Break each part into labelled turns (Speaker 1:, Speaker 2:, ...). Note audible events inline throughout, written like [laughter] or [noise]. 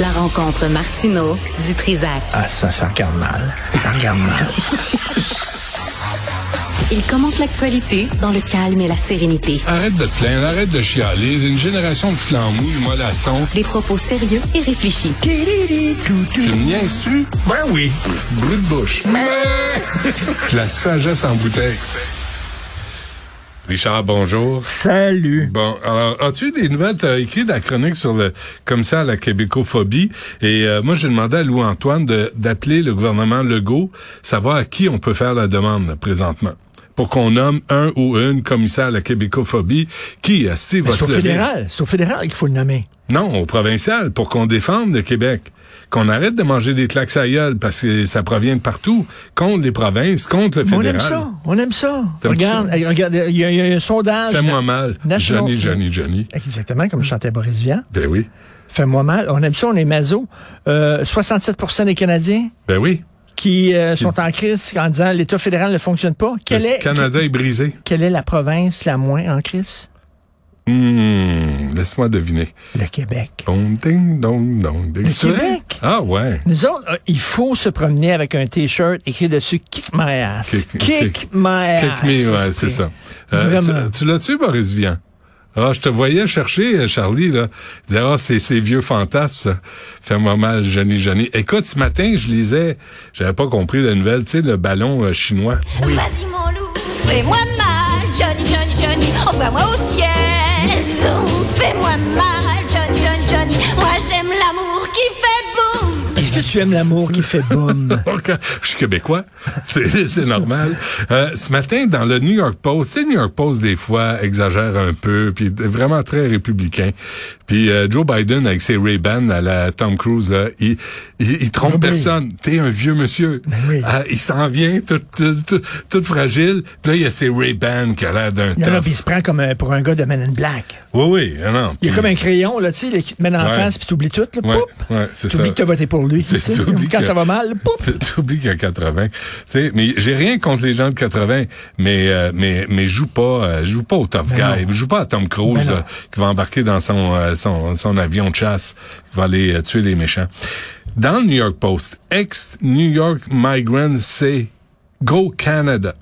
Speaker 1: La rencontre Martino du Trizac.
Speaker 2: Ah, ça, ça regarde mal. Ça regarde mal.
Speaker 1: Il commente l'actualité dans le calme et la sérénité.
Speaker 3: Arrête de te plaindre, arrête de chialer. Une génération de flambouilles, mollassons.
Speaker 1: Des propos sérieux et réfléchis.
Speaker 3: Tu me niaises-tu?
Speaker 2: Ben oui.
Speaker 3: Brut de bouche. [laughs] La sagesse en bouteille. Richard, bonjour.
Speaker 2: Salut.
Speaker 3: Bon, alors, as-tu des nouvelles? T'as écrit de la chronique sur le commissaire à la québécophobie. Et euh, moi, j'ai demandé à Louis-Antoine de- d'appeler le gouvernement Legault, savoir à qui on peut faire la demande là, présentement pour qu'on nomme un ou une commissaire à la québécophobie qui, à Steve,
Speaker 4: Mais
Speaker 3: va
Speaker 4: C'est au
Speaker 3: se lever.
Speaker 4: fédéral, c'est au fédéral qu'il faut le nommer.
Speaker 3: Non, au provincial, pour qu'on défende le Québec. Qu'on arrête de manger des claques à gueule parce que ça provient de partout. Contre les provinces, contre le
Speaker 4: Mais
Speaker 3: fédéral.
Speaker 4: on aime ça, on aime ça.
Speaker 3: T'aimes
Speaker 4: Regarde,
Speaker 3: ça?
Speaker 4: eh, regarde, il y, a- il y a un sondage.
Speaker 3: Fais-moi mal.
Speaker 4: National-
Speaker 3: Johnny, Johnny, Johnny.
Speaker 4: Exactement, comme chantait Boris Vian.
Speaker 3: Ben oui.
Speaker 4: Fais-moi mal. On aime ça, on est maso. Euh, 67 des Canadiens
Speaker 3: Ben oui.
Speaker 4: qui euh, sont en crise en disant l'État fédéral ne fonctionne pas. Quelle
Speaker 3: le
Speaker 4: est,
Speaker 3: Canada est brisé.
Speaker 4: quelle est la province la moins en crise?
Speaker 3: Hmm, laisse-moi deviner.
Speaker 4: Le Québec.
Speaker 3: Dong, ding, dong, dong, ding.
Speaker 4: Le
Speaker 3: C'est vrai?
Speaker 4: Québec?
Speaker 3: Ah ouais.
Speaker 4: Nous autres, euh, il faut se promener avec un T-shirt écrit dessus Kick my ass.
Speaker 3: Kick-
Speaker 4: Kick,
Speaker 3: kick-
Speaker 4: my ass.
Speaker 3: Quelques mille, ouais, c'est ça. Euh,
Speaker 4: Vraiment.
Speaker 3: tu tu l'as-tu, Boris Vian? Ah, je te voyais chercher, euh, Charlie, là. Je disais, ah, c'est ces vieux fantasmes, ça. Fais-moi mal, Johnny, Johnny. Écoute, ce matin, je lisais, j'avais pas compris la nouvelle, tu sais, le ballon euh, chinois.
Speaker 5: Vas-y mon loup, fais-moi mal, Johnny, Johnny, Johnny, envoie-moi au ciel. Zoom, fais-moi mal, Johnny, Johnny, Johnny, moi j'aime l'amour qui fait boum.
Speaker 4: Est-ce que tu aimes l'amour qui fait
Speaker 3: [laughs]
Speaker 4: boum?
Speaker 3: Donc, euh, je suis québécois, [laughs] c'est c'est normal. Euh, ce matin, dans le New York Post, c'est le New York Post des fois exagère un peu, puis est vraiment très républicain. Puis euh, Joe Biden avec ses Ray-Ban à la Tom Cruise, là, il, il, il trompe
Speaker 4: Ben Oui. Ben
Speaker 3: personne. T'es un vieux monsieur.
Speaker 4: oui.
Speaker 3: Ah, il s'en vient, tout, tout, tout- tout fragile. Puis là, il y a ses Ray-Ban qui a l'air d'un
Speaker 4: Il y en a, puis
Speaker 3: tough.
Speaker 4: il se prend comme un- pour un gars de Men in Black.
Speaker 3: Oui, oui, ah non.
Speaker 4: Il est
Speaker 3: puis-
Speaker 4: comme un crayon, là, tu sais, là, qui te met en
Speaker 3: Ouais.
Speaker 4: face, puis t'oublies tout, là,
Speaker 3: Ouais,
Speaker 4: poup!
Speaker 3: ouais, [laughs] c'est
Speaker 4: T'oublies
Speaker 3: ça.
Speaker 4: que t'as voté pour lui, tu
Speaker 3: Tu-
Speaker 4: sais.
Speaker 3: tu oublies
Speaker 4: Quand
Speaker 3: que-
Speaker 4: ça va mal, poup!
Speaker 3: T- T'oublies qu'il y a 80. Tu sais, mais j'ai rien contre les gens de 80, mais euh, mais mais joue pas, euh, joue pas au Top Guy, joue pas à Tom Cruise
Speaker 4: Ben non.
Speaker 3: là, qui va embarquer dans son euh, son son avion de chasse, qui va aller euh, tuer les méchants. Dans le New York Post, ex New York migrant say go Canada.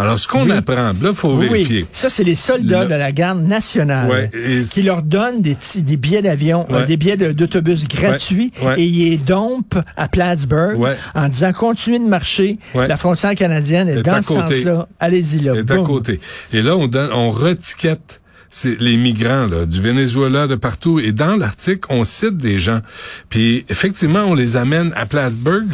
Speaker 3: Alors ce qu'on apprend, là faut
Speaker 4: Oui, oui.
Speaker 3: vérifier.
Speaker 4: Ça, c'est les soldats
Speaker 3: Le-
Speaker 4: de la garde nationale
Speaker 3: Ouais, et c'est-
Speaker 4: qui leur donnent des, petits- des billets d'avion, euh,
Speaker 3: Ouais.
Speaker 4: des billets de- d'autobus gratuits
Speaker 3: ouais.
Speaker 4: et ils les dompent à Plattsburgh
Speaker 3: Ouais.
Speaker 4: en disant continuez de marcher,
Speaker 3: Ouais.
Speaker 4: la frontière canadienne est,
Speaker 3: Est à
Speaker 4: dans ce
Speaker 3: côté.
Speaker 4: sens-là, allez-y là.
Speaker 3: est à
Speaker 4: Boum.
Speaker 3: côté. Et là, on donne, on retiquette ces- les migrants là, du Venezuela de partout. Et dans l'article, on cite des gens. Puis effectivement, on les amène à Plattsburgh,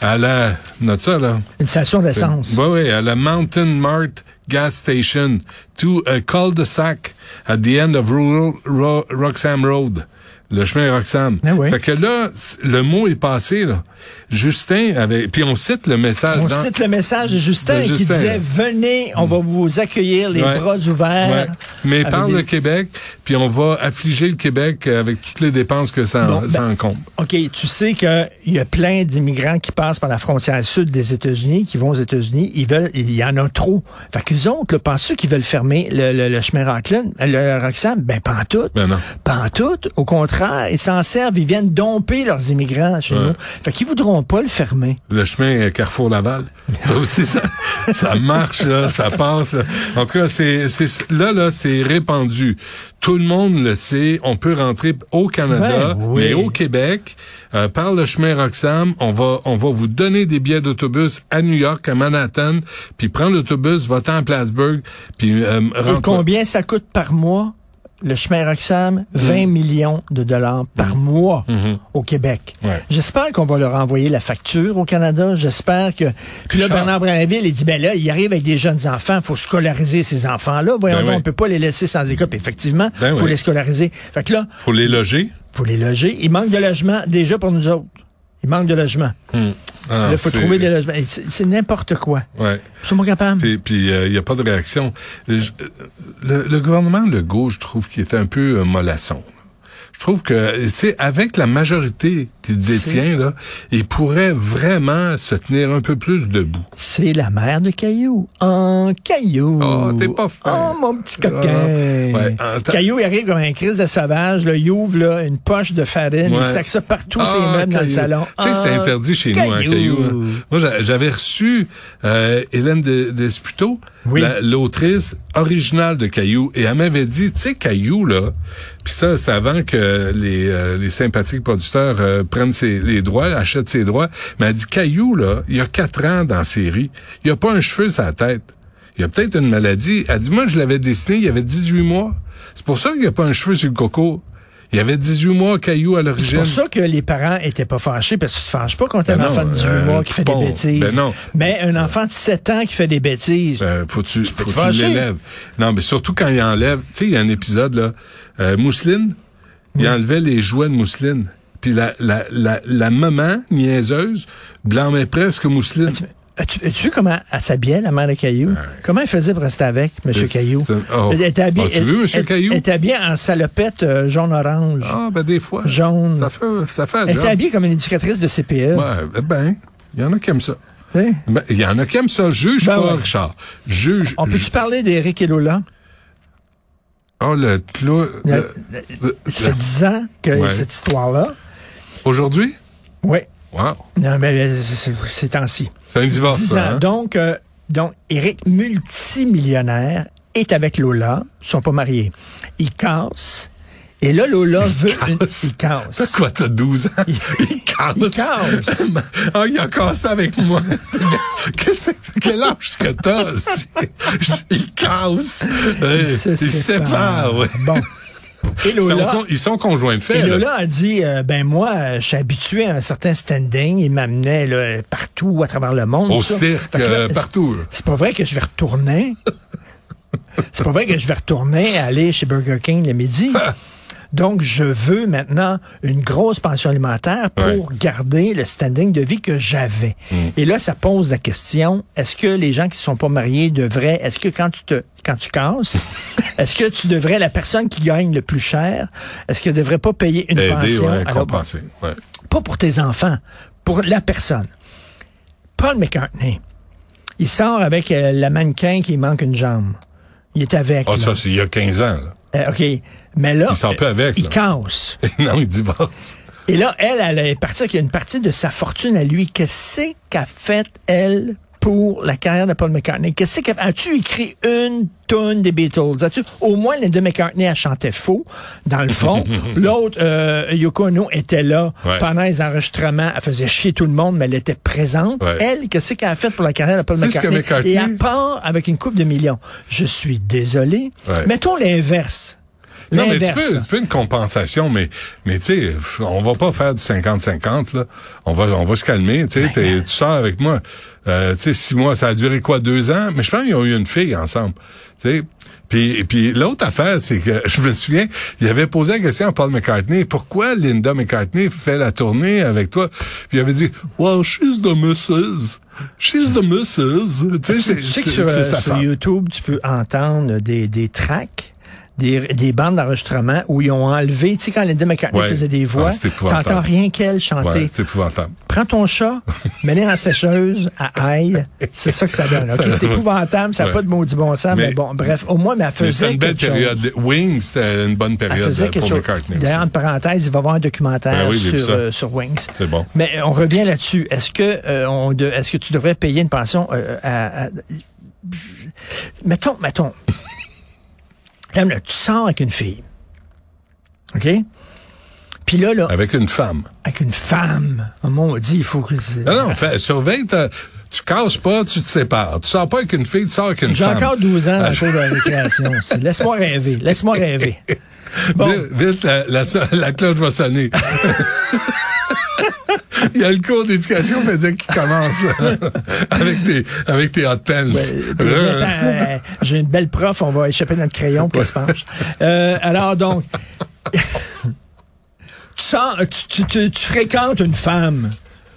Speaker 3: à la note ça là.
Speaker 4: Une station d'essence.
Speaker 3: Ouais, ouais, à la Mountain Mart gas station to a cul-de-sac at the end of rural Ro- Roxham Road. Le chemin Roxham.
Speaker 4: Ah oui.
Speaker 3: Fait que là, c- le mot est passé, là. Justin avait, puis on cite le message
Speaker 4: On
Speaker 3: dans-
Speaker 4: cite le message de Justin,
Speaker 3: de
Speaker 4: qui
Speaker 3: Justin,
Speaker 4: disait
Speaker 3: là.
Speaker 4: Venez, on va vous accueillir les
Speaker 3: Ouais.
Speaker 4: bras ouverts.
Speaker 3: Ouais. Mais
Speaker 4: Avec
Speaker 3: parle
Speaker 4: des-
Speaker 3: le Québec, puis on va affliger le Québec euh, avec toutes les dépenses que ça,
Speaker 4: Bon, ben-
Speaker 3: ça encombre.
Speaker 4: OK, tu sais qu'il y a plein d'immigrants qui passent par la frontière sud des États-Unis, qui vont aux États-Unis. Ils veulent, il y en a trop. Fait qu'eux autres, là, pensent qu'ils veulent fermer le, le- le chemin Rockland, euh, le Roxham? Ben, pas en tout.
Speaker 3: Ben non.
Speaker 4: Pas en tout. Au contraire, ils s'en servent. Ils viennent domper leurs immigrants chez
Speaker 3: Ouais.
Speaker 4: nous. Fait qu'ils voudront pas le fermer.
Speaker 3: Le chemin
Speaker 4: [laughs]
Speaker 3: euh, Carrefour-Laval. Ça aussi, ça, ça marche, là, ça passe. En tout cas, c'est, c'est, là, là, c'est répandu. Tout le monde le sait. On peut rentrer au Canada,
Speaker 4: Ben oui.
Speaker 3: mais au Québec, euh, par le chemin Roxham, on va, on va vous donner des billets d'autobus à New York, à Manhattan, puis prends l'autobus, va-t'en à Plattsburgh, puis euh,
Speaker 4: Et
Speaker 3: rentre-
Speaker 4: combien ça coûte par mois? Le chemin
Speaker 3: Hmm.
Speaker 4: Roxham, 20 millions de dollars par mois au Québec.
Speaker 3: Ouais.
Speaker 4: J'espère qu'on va leur envoyer la facture au Canada. J'espère que. Puis là,
Speaker 3: Richard.
Speaker 4: Bernard Branville, il dit ben là, il arrive avec des jeunes enfants. faut scolariser ces enfants-là. Voyons
Speaker 3: Ben
Speaker 4: donc,
Speaker 3: oui.
Speaker 4: on peut pas les laisser sans école. Puis Effectivement,
Speaker 3: Ben
Speaker 4: faut
Speaker 3: oui.
Speaker 4: les scolariser. Fait que là,
Speaker 3: Faut les loger.
Speaker 4: faut les loger. Il manque de logements déjà pour nous autres. Il manque de logements.
Speaker 3: Ah,
Speaker 4: là, faut
Speaker 3: c'est-
Speaker 4: trouver des logements. Et C'est c'est n'importe quoi.
Speaker 3: Ouais.
Speaker 4: Ils sont pas capables.
Speaker 3: Puis, puis il n'y a pas de réaction. Je- euh, le, le gouvernement Legault, je trouve qu'il est un peu euh, mollasson. Je je trouve que, tu sais, avec la majorité qu'il détient, là, il pourrait vraiment se tenir un peu plus debout.
Speaker 4: C'est la mère de Caillou. En Caillou.
Speaker 3: Oh, t'es pas fin.
Speaker 4: Oh, mon petit coquin.
Speaker 3: Ah, ouais, en ta-
Speaker 4: Caillou, il arrive comme un crise de sauvage. Là, il ouvre là, une poche de farine.
Speaker 3: Ouais.
Speaker 4: Il sac ça partout,
Speaker 3: Ah,
Speaker 4: ses meubles dans le
Speaker 3: Caillou.
Speaker 4: salon. Ah,
Speaker 3: Tu sais que c'était
Speaker 4: En
Speaker 3: interdit chez nous, hein, Caillou. hein. Moi, j'a- j'avais reçu euh, Hélène de- Desputo,
Speaker 4: Oui.
Speaker 3: la- l'autrice originale de Caillou, et elle m'avait dit, tu sais, Caillou, là, puis ça, c'est avant que les, euh, les sympathiques producteurs euh, prennent ses, les droits, achètent ses droits, mais elle dit, Caillou, là, il y a quatre ans dans la série, il n'y a pas un cheveu sur la tête. Il y a peut-être une maladie. Elle dit, moi, je l'avais dessiné, il y avait 18 mois. C'est pour ça qu'il n'y a pas un cheveu sur le coco. Il y avait 18 mois, Caillou, à
Speaker 4: C'est
Speaker 3: l'origine.
Speaker 4: pour ça que les parents étaient pas fâchés, parce que tu te fâches pas quand t'as
Speaker 3: Ben
Speaker 4: un
Speaker 3: non,
Speaker 4: enfant de 18
Speaker 3: euh,
Speaker 4: mois qui fait
Speaker 3: bon,
Speaker 4: des bêtises.
Speaker 3: ben non.
Speaker 4: Mais un enfant de 7 ans qui fait des bêtises.
Speaker 3: Euh, faut tu,
Speaker 4: peux te
Speaker 3: faut tu
Speaker 4: fâcher.
Speaker 3: l'élèves. Non, mais surtout quand il enlève. Tu sais, il y a un épisode, là. euh, Mousseline, il enlevait les jouets de Mousseline. Puis la, la, la, la maman niaiseuse blâmait presque
Speaker 4: Ah,
Speaker 3: Mousseline.
Speaker 4: As-tu as-tu vu comment elle s'habillait, la mère de Caillou? Comment elle faisait pour rester avec M.
Speaker 3: C'est-
Speaker 4: Caillou?
Speaker 3: c'est- oh.
Speaker 4: Elle était habillée-
Speaker 3: As-tu vu, M.
Speaker 4: elle- elle-
Speaker 3: Caillou?
Speaker 4: Elle était habillée en salopette euh, jaune-orange.
Speaker 3: Ah, ben des fois.
Speaker 4: Jaune.
Speaker 3: Ça fait, ça fait un
Speaker 4: elle
Speaker 3: job.
Speaker 4: était habillée comme une éducatrice de CPE.
Speaker 3: Ouais, ben, il y en a qui aiment ça.
Speaker 4: tu sais.
Speaker 3: Ben, Il y en a qui aiment ça. Juge
Speaker 4: Ben
Speaker 3: pas,
Speaker 4: ouais.
Speaker 3: Richard. Juge.
Speaker 4: On peut-tu
Speaker 3: ju-
Speaker 4: parler d'Éric et Lola?
Speaker 3: Oh, le clou.
Speaker 4: Il y a-
Speaker 3: le- le-
Speaker 4: Ça fait 10 ans que
Speaker 3: Ouais.
Speaker 4: cette histoire-là.
Speaker 3: Aujourd'hui?
Speaker 4: Oui.
Speaker 3: Wow.
Speaker 4: Non, mais euh, c'est- c'est c'est temps-ci.
Speaker 3: C'est un divorce,
Speaker 4: 10 ans.
Speaker 3: ça, hein?
Speaker 4: Donc, euh, donc, Eric, multimillionnaire, est avec Lola. Ils sont pas mariés. Ils cassent. Et là, Lola veut une... Ils
Speaker 3: C'est
Speaker 4: cassent.
Speaker 3: [laughs] quoi, t'as 12 ans? Il, casse.
Speaker 4: il casse.
Speaker 3: [laughs] Ah, il a cassé avec moi. [laughs] Qu'est-ce que- quel âge que t'as? esti? [laughs] il casse. Euh, Il se sépare, ouais. [laughs]
Speaker 4: Bon. Et
Speaker 3: Ils sont
Speaker 4: Lola...
Speaker 3: con- Ils sont conjoints de fait.
Speaker 4: Et
Speaker 3: là.
Speaker 4: Lola a dit, euh, ben moi, euh, je suis habitué à un certain standing. Il m'amenait là, partout à travers le monde.
Speaker 3: Au
Speaker 4: tout ça.
Speaker 3: cirque,
Speaker 4: Fait que là,
Speaker 3: euh, partout. là.
Speaker 4: C'est pas vrai que je vais
Speaker 3: [laughs]
Speaker 4: retourner. C'est pas vrai que je vais retourner aller chez Burger King le
Speaker 3: [laughs]
Speaker 4: midi. Donc, je veux maintenant une grosse pension alimentaire pour
Speaker 3: Ouais. Mm.
Speaker 4: garder le standing de vie que j'avais. Et là, ça pose la question, est-ce que les gens qui ne sont pas mariés devraient, est-ce que quand tu te, quand tu casses,
Speaker 3: [laughs]
Speaker 4: est-ce que tu devrais, la personne qui gagne le plus cher, est-ce qu'elle ne devrait pas payer une
Speaker 3: Aider,
Speaker 4: pension?
Speaker 3: ouais,
Speaker 4: Alors,
Speaker 3: compenser. Ouais.
Speaker 4: pas pour tes enfants, pour la personne. Paul McCartney, il sort avec euh, la mannequin qui manque une jambe. Il est avec.
Speaker 3: Ah,
Speaker 4: là.
Speaker 3: ça, c'est il y a 15 ans. là. [laughs]
Speaker 4: Euh, OK. Mais là.
Speaker 3: Il sort plus avec,
Speaker 4: Il
Speaker 3: là.
Speaker 4: casse.
Speaker 3: non, il divorce.
Speaker 4: Et là, elle, elle est partie avec une partie de sa fortune à lui. Qu'est-ce qu'a fait, elle, pour la carrière de Paul McCartney? Qu'est-ce qu'a As-tu écrit une tonne des Beatles? As-tu... Au moins, les deux McCartney, elle chantait faux, dans le
Speaker 3: [laughs]
Speaker 4: fond. L'autre, euh, Yoko Ono, était là
Speaker 3: Ouais.
Speaker 4: pendant les enregistrements. Elle faisait chier tout le monde, mais elle était présente.
Speaker 3: Ouais.
Speaker 4: Elle, qu'est-ce qu'elle a fait pour la carrière de Paul
Speaker 3: C'est ce que
Speaker 4: McCartney?
Speaker 3: McCartney-
Speaker 4: Et à part avec une coupe de millions. Je suis désolé.
Speaker 3: Ouais.
Speaker 4: Mettons l'inverse.
Speaker 3: Non, mais tu
Speaker 4: L'inverse,
Speaker 3: peux,
Speaker 4: là.
Speaker 3: tu peux une compensation, mais, mais tu sais, on va pas faire du 50-50, là. On va, on va se calmer, tu
Speaker 4: Ben,
Speaker 3: sais, t'es- tu sors avec moi. Euh, tu sais, six mois, ça a duré quoi, deux ans? Mais je pense qu'ils ont eu une fille ensemble, tu sais. Puis, puis l'autre affaire, c'est que [laughs] je me souviens, il avait posé la question à Paul McCartney, pourquoi Linda McCartney fait la tournée avec toi? Puis il avait dit, well, she's the missus. She's the missus. Tu sais, c'est-
Speaker 4: Tu sais que
Speaker 3: c'est-
Speaker 4: sur,
Speaker 3: c'est
Speaker 4: euh,
Speaker 3: sa
Speaker 4: sur
Speaker 3: femme.
Speaker 4: YouTube, tu peux entendre euh, des, des tracks. Des, des bandes d'enregistrement où ils ont enlevé, tu sais, quand Linda McCartney
Speaker 3: Ouais.
Speaker 4: faisait des voix,
Speaker 3: Ah, c'est épouvantable.
Speaker 4: t'entends rien qu'elle chanter.
Speaker 3: Ouais, c'est épouvantable.
Speaker 4: Prends ton
Speaker 3: [laughs]
Speaker 4: chat, mets-le en sécheuse, à aille, c'est ça que ça
Speaker 3: [laughs]
Speaker 4: donne. ok?
Speaker 3: Ça-
Speaker 4: c'est épouvantable, ça n'a
Speaker 3: Ouais.
Speaker 4: pas de maudit bon sens, mais,
Speaker 3: Mais-
Speaker 4: bon, bref, au moins, mais elle
Speaker 3: Mais C'est
Speaker 4: faisait
Speaker 3: une belle
Speaker 4: quelque chose.
Speaker 3: période. Wings, c'était une bonne
Speaker 4: Elle
Speaker 3: période
Speaker 4: faisait
Speaker 3: euh,
Speaker 4: quelque
Speaker 3: pour
Speaker 4: chose.
Speaker 3: McCartney. aussi.
Speaker 4: D'ailleurs, en parenthèse, il va y avoir un documentaire
Speaker 3: Ben oui, j'ai vu
Speaker 4: sur,
Speaker 3: ça.
Speaker 4: euh, sur Wings.
Speaker 3: C'est bon.
Speaker 4: Mais euh, on revient là-dessus. Est-ce que euh, on de- est-ce que tu devrais payer une pension euh, à, à- mettons mettons [laughs] Madame, là, tu sors avec une fille, ok Puis là là
Speaker 3: Avec une femme.
Speaker 4: avec une femme, un moment on dit il faut que
Speaker 3: Non, non, fais- surveille, ta- tu casses pas, tu te sépares. Tu sors pas avec une fille, tu sors avec une
Speaker 4: j'ai
Speaker 3: femme.
Speaker 4: encore 12 ans dans
Speaker 3: Ah,
Speaker 4: le cours de la
Speaker 3: [laughs]
Speaker 4: récréation. c'est- Laisse-moi rêver, laisse-moi rêver. Bon,
Speaker 3: Vite, vite, la, la so- la cloche va sonner. [laughs] Il y a le cours d'éducation physique qui commence, là, avec tes, avec tes hot pants.
Speaker 4: Euh, puis,
Speaker 3: Re-
Speaker 4: attends, euh, J'ai une belle prof, on va échapper notre crayon pour qu'elle se penche. Euh, alors donc, [laughs] tu, sens, tu, tu- tu- tu fréquentes une femme.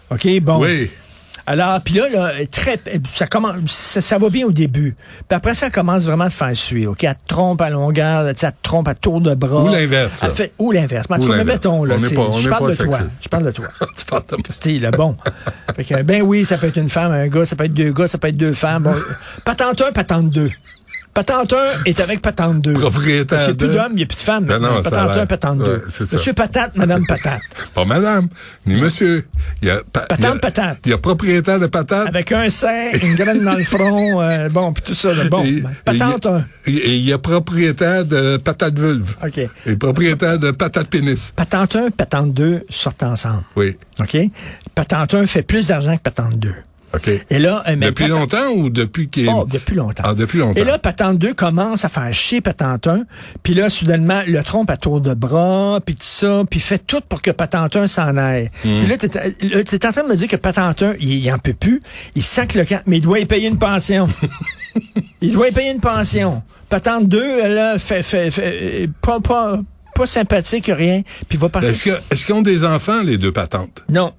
Speaker 4: OK, bon.
Speaker 3: oui. [laughs]
Speaker 4: Alors, puis là, là, très, ça, commence, ça, ça va bien au début. Puis après, ça commence vraiment à te faire suer. OK? Elle te trompe à longueur, tu sais, elle te trompe à tour de bras.
Speaker 3: Ou l'inverse,
Speaker 4: Elle
Speaker 3: ça.
Speaker 4: fait- Ou l'inverse. Mais en
Speaker 3: Ou
Speaker 4: tout cas,
Speaker 3: l'inverse.
Speaker 4: mettons, là,
Speaker 3: On n'est
Speaker 4: c'est-
Speaker 3: pas- on
Speaker 4: je
Speaker 3: n'est
Speaker 4: parle
Speaker 3: pas
Speaker 4: de toi.
Speaker 3: sexiste.
Speaker 4: Je parle de toi.
Speaker 3: Tu parles de moi.
Speaker 4: Style,
Speaker 3: [laughs]
Speaker 4: bon. Fait que, ben oui, ça peut être une femme, un gars, ça peut être deux gars, ça peut être deux femmes. Bon, patente un, patente deux. Patente un est avec patente deux.
Speaker 3: Propriétaire
Speaker 4: Parce qu'il y a plus
Speaker 3: deux.
Speaker 4: d'hommes, il n'y a plus de femmes.
Speaker 3: Ben non,
Speaker 4: maintenant.
Speaker 3: ça a
Speaker 4: patente
Speaker 3: l'air.
Speaker 4: un, patente
Speaker 3: Ouais,
Speaker 4: deux.
Speaker 3: c'est ça.
Speaker 4: Monsieur Patate, Madame
Speaker 3: [laughs]
Speaker 4: Patate.
Speaker 3: Pas madame, ni monsieur. Il y a, pa-
Speaker 4: Patente,
Speaker 3: il y a-
Speaker 4: patate.
Speaker 3: Il y a propriétaire de patate.
Speaker 4: Avec un sein, une graine dans le front, euh, bon, puis tout ça. là. Bon,
Speaker 3: Et-
Speaker 4: ben, patente
Speaker 3: et-
Speaker 4: un.
Speaker 3: Et et il y a propriétaire de patate vulve.
Speaker 4: OK.
Speaker 3: Et propriétaire de patate pénis.
Speaker 4: Patente un, patente deux sortent ensemble.
Speaker 3: Oui.
Speaker 4: OK? Patente un fait plus d'argent que patente deux.
Speaker 3: OK.
Speaker 4: Et là, euh, mais
Speaker 3: depuis
Speaker 4: patente-
Speaker 3: longtemps ou depuis qu'il
Speaker 4: Oh, depuis longtemps.
Speaker 3: Ah, depuis longtemps.
Speaker 4: Et là, Patente 2 commence à faire chier Patente 1. Puis là, soudainement, le trompe à tour de bras, puis tout ça, puis fait tout pour que Patente 1 s'en aille.
Speaker 3: Hmm.
Speaker 4: Puis là, t'es là, t'es en train de me dire que Patente 1, il, il en peut plus, il sac le camp, mais il doit y payer une
Speaker 3: [laughs]
Speaker 4: pension. il doit y payer une pension. Patente 2, elle a fait, fait, fait- euh, pas, pas, pas sympathique, rien, puis va partir.
Speaker 3: Est-ce que- est-ce qu'ils ont des enfants, les deux patentes?
Speaker 4: Non.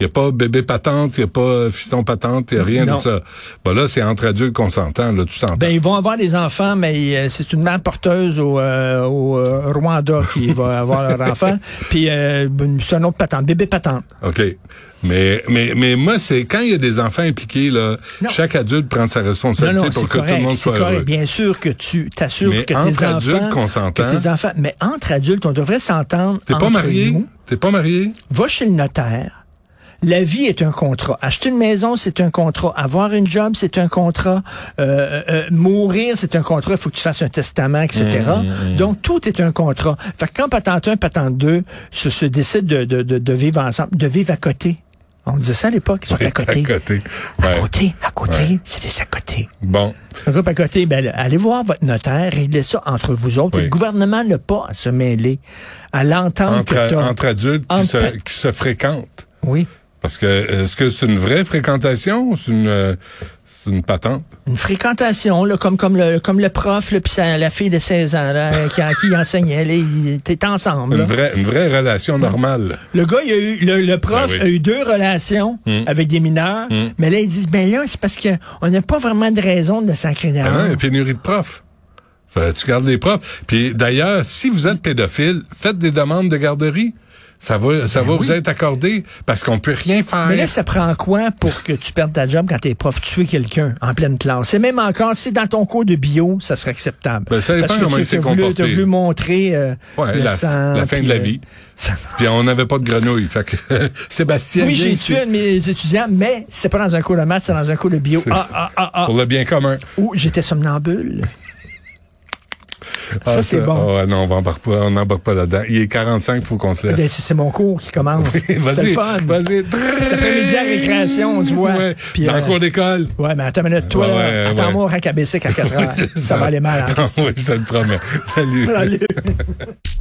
Speaker 3: Il n'y a pas bébé patente, il n'y a pas fiston patente, il n'y a rien
Speaker 4: Non.
Speaker 3: de ça. Ben là, c'est entre adultes qu'on s'entend, là, tu t'entends.
Speaker 4: Ben, ils vont avoir des enfants, mais euh, c'est une mère porteuse au, euh, au euh, Rwanda qui
Speaker 3: [laughs]
Speaker 4: va avoir leur enfant. Puis euh, ben, c'est un autre patente, bébé patente.
Speaker 3: OK. Mais, mais, mais moi, c'est quand il y a des enfants impliqués, là,
Speaker 4: Non.
Speaker 3: chaque adulte prend sa
Speaker 4: Non,
Speaker 3: responsabilité
Speaker 4: non, c'est
Speaker 3: pour que tout le
Speaker 4: correct.
Speaker 3: monde
Speaker 4: C'est
Speaker 3: soit
Speaker 4: correct.
Speaker 3: heureux.
Speaker 4: Bien sûr que tu t'assures que
Speaker 3: Mais
Speaker 4: tes
Speaker 3: entre
Speaker 4: enfants.
Speaker 3: adultes qu'on s'entend.
Speaker 4: que tes enfants. Mais entre adultes, on devrait s'entendre.
Speaker 3: T'es pas
Speaker 4: entre
Speaker 3: marié?
Speaker 4: nous.
Speaker 3: T'es pas marié?
Speaker 4: Va chez le notaire. La vie est un contrat. Acheter une maison, c'est un contrat. Avoir une job, c'est un contrat. Euh, euh, mourir, c'est un contrat. Il faut que tu fasses un testament, etc.
Speaker 3: Mmh,
Speaker 4: Donc, tout est un contrat. Fait que quand patente 1, patente 2 se, se décident de, de, de, de vivre ensemble, de vivre à côté. On disait ça à l'époque, ils sont à côté.
Speaker 3: [laughs] À côté.
Speaker 4: À
Speaker 3: Ouais.
Speaker 4: côté, à côté,
Speaker 3: Ouais.
Speaker 4: c'est des à côté.
Speaker 3: Bon.
Speaker 4: Le groupe à côté, ben, là, allez voir votre notaire, réglez ça entre vous autres.
Speaker 3: Oui.
Speaker 4: Et le gouvernement n'a pas à se mêler, à l'entendre que
Speaker 3: Entre,
Speaker 4: t'as.
Speaker 3: entre adultes
Speaker 4: Entre
Speaker 3: qui se,
Speaker 4: pa-
Speaker 3: qui se fréquentent.
Speaker 4: Oui,
Speaker 3: Parce que, euh, est-ce que c'est une vraie fréquentation ou c'est une, euh, c'est une patente?
Speaker 4: une fréquentation, là, comme, comme, le, comme le prof, là, puis sa- la fille de 16 ans là, euh, qui, à qui il enseignait, là, ils étaient ensemble.
Speaker 3: Une
Speaker 4: là.
Speaker 3: vraie, une vraie relation normale.
Speaker 4: Le gars, il a eu, le, le prof
Speaker 3: Ben oui. Mm.
Speaker 4: a eu deux relations avec des mineurs, mais là, ils disent, ben là, c'est parce qu'on n'a pas vraiment de raison de sacrer
Speaker 3: Ah non, il y a
Speaker 4: d'argent.
Speaker 3: pénurie de profs. Fait, tu gardes les profs. Puis d'ailleurs, si vous êtes pédophile, faites des demandes de garderie. Ça va, ça va vous être accordé parce qu'on peut rien faire.
Speaker 4: Ben Mais là, ça prend quoi pour que tu perdes ta job quand t'es prof? Tuer quelqu'un en pleine classe. Et même encore, si dans ton cours de bio, ça serait acceptable.
Speaker 3: Ben, ça dépend
Speaker 4: Parce que
Speaker 3: comment
Speaker 4: tu
Speaker 3: il s'est
Speaker 4: t'as voulu-
Speaker 3: comporté.
Speaker 4: t'as voulu montrer euh,
Speaker 3: Ouais,
Speaker 4: le
Speaker 3: la,
Speaker 4: sang,
Speaker 3: la fin
Speaker 4: puis,
Speaker 3: de la
Speaker 4: euh, [laughs]
Speaker 3: vie. Puis on n'avait pas de grenouille. Fait que [laughs] Sébastien,
Speaker 4: Oui,
Speaker 3: viens
Speaker 4: j'ai
Speaker 3: ici
Speaker 4: tué un de mes étudiants, mais c'est pas dans un cours de maths, c'est dans un cours de bio. Ah, ah, ah, ah.
Speaker 3: pour le bien commun.
Speaker 4: Ou j'étais somnambule.
Speaker 3: Ah,
Speaker 4: ça, c'est bon.
Speaker 3: Ah, ouais, non, on va embarque pas, on n'embarque pas là-dedans. Il est 45, il faut qu'on se
Speaker 4: Ben,
Speaker 3: laisse.
Speaker 4: c'est c'est mon cours qui commence. [laughs] c'est le
Speaker 3: Vas-y,
Speaker 4: fun.
Speaker 3: vas-y.
Speaker 4: Cet après-midi à récréation, on se voit.
Speaker 3: Ouais,
Speaker 4: Puis,
Speaker 3: Dans
Speaker 4: euh,
Speaker 3: le cours d'école.
Speaker 4: Ouais, mais attends une minute, toi,
Speaker 3: Ouais,
Speaker 4: là,
Speaker 3: ouais,
Speaker 4: attends-moi
Speaker 3: [laughs]
Speaker 4: au rack à Bessic à 4 heures. ça va aller mal hein, en
Speaker 3: Ah, Oui, je te le promets. Salut.
Speaker 4: Salut.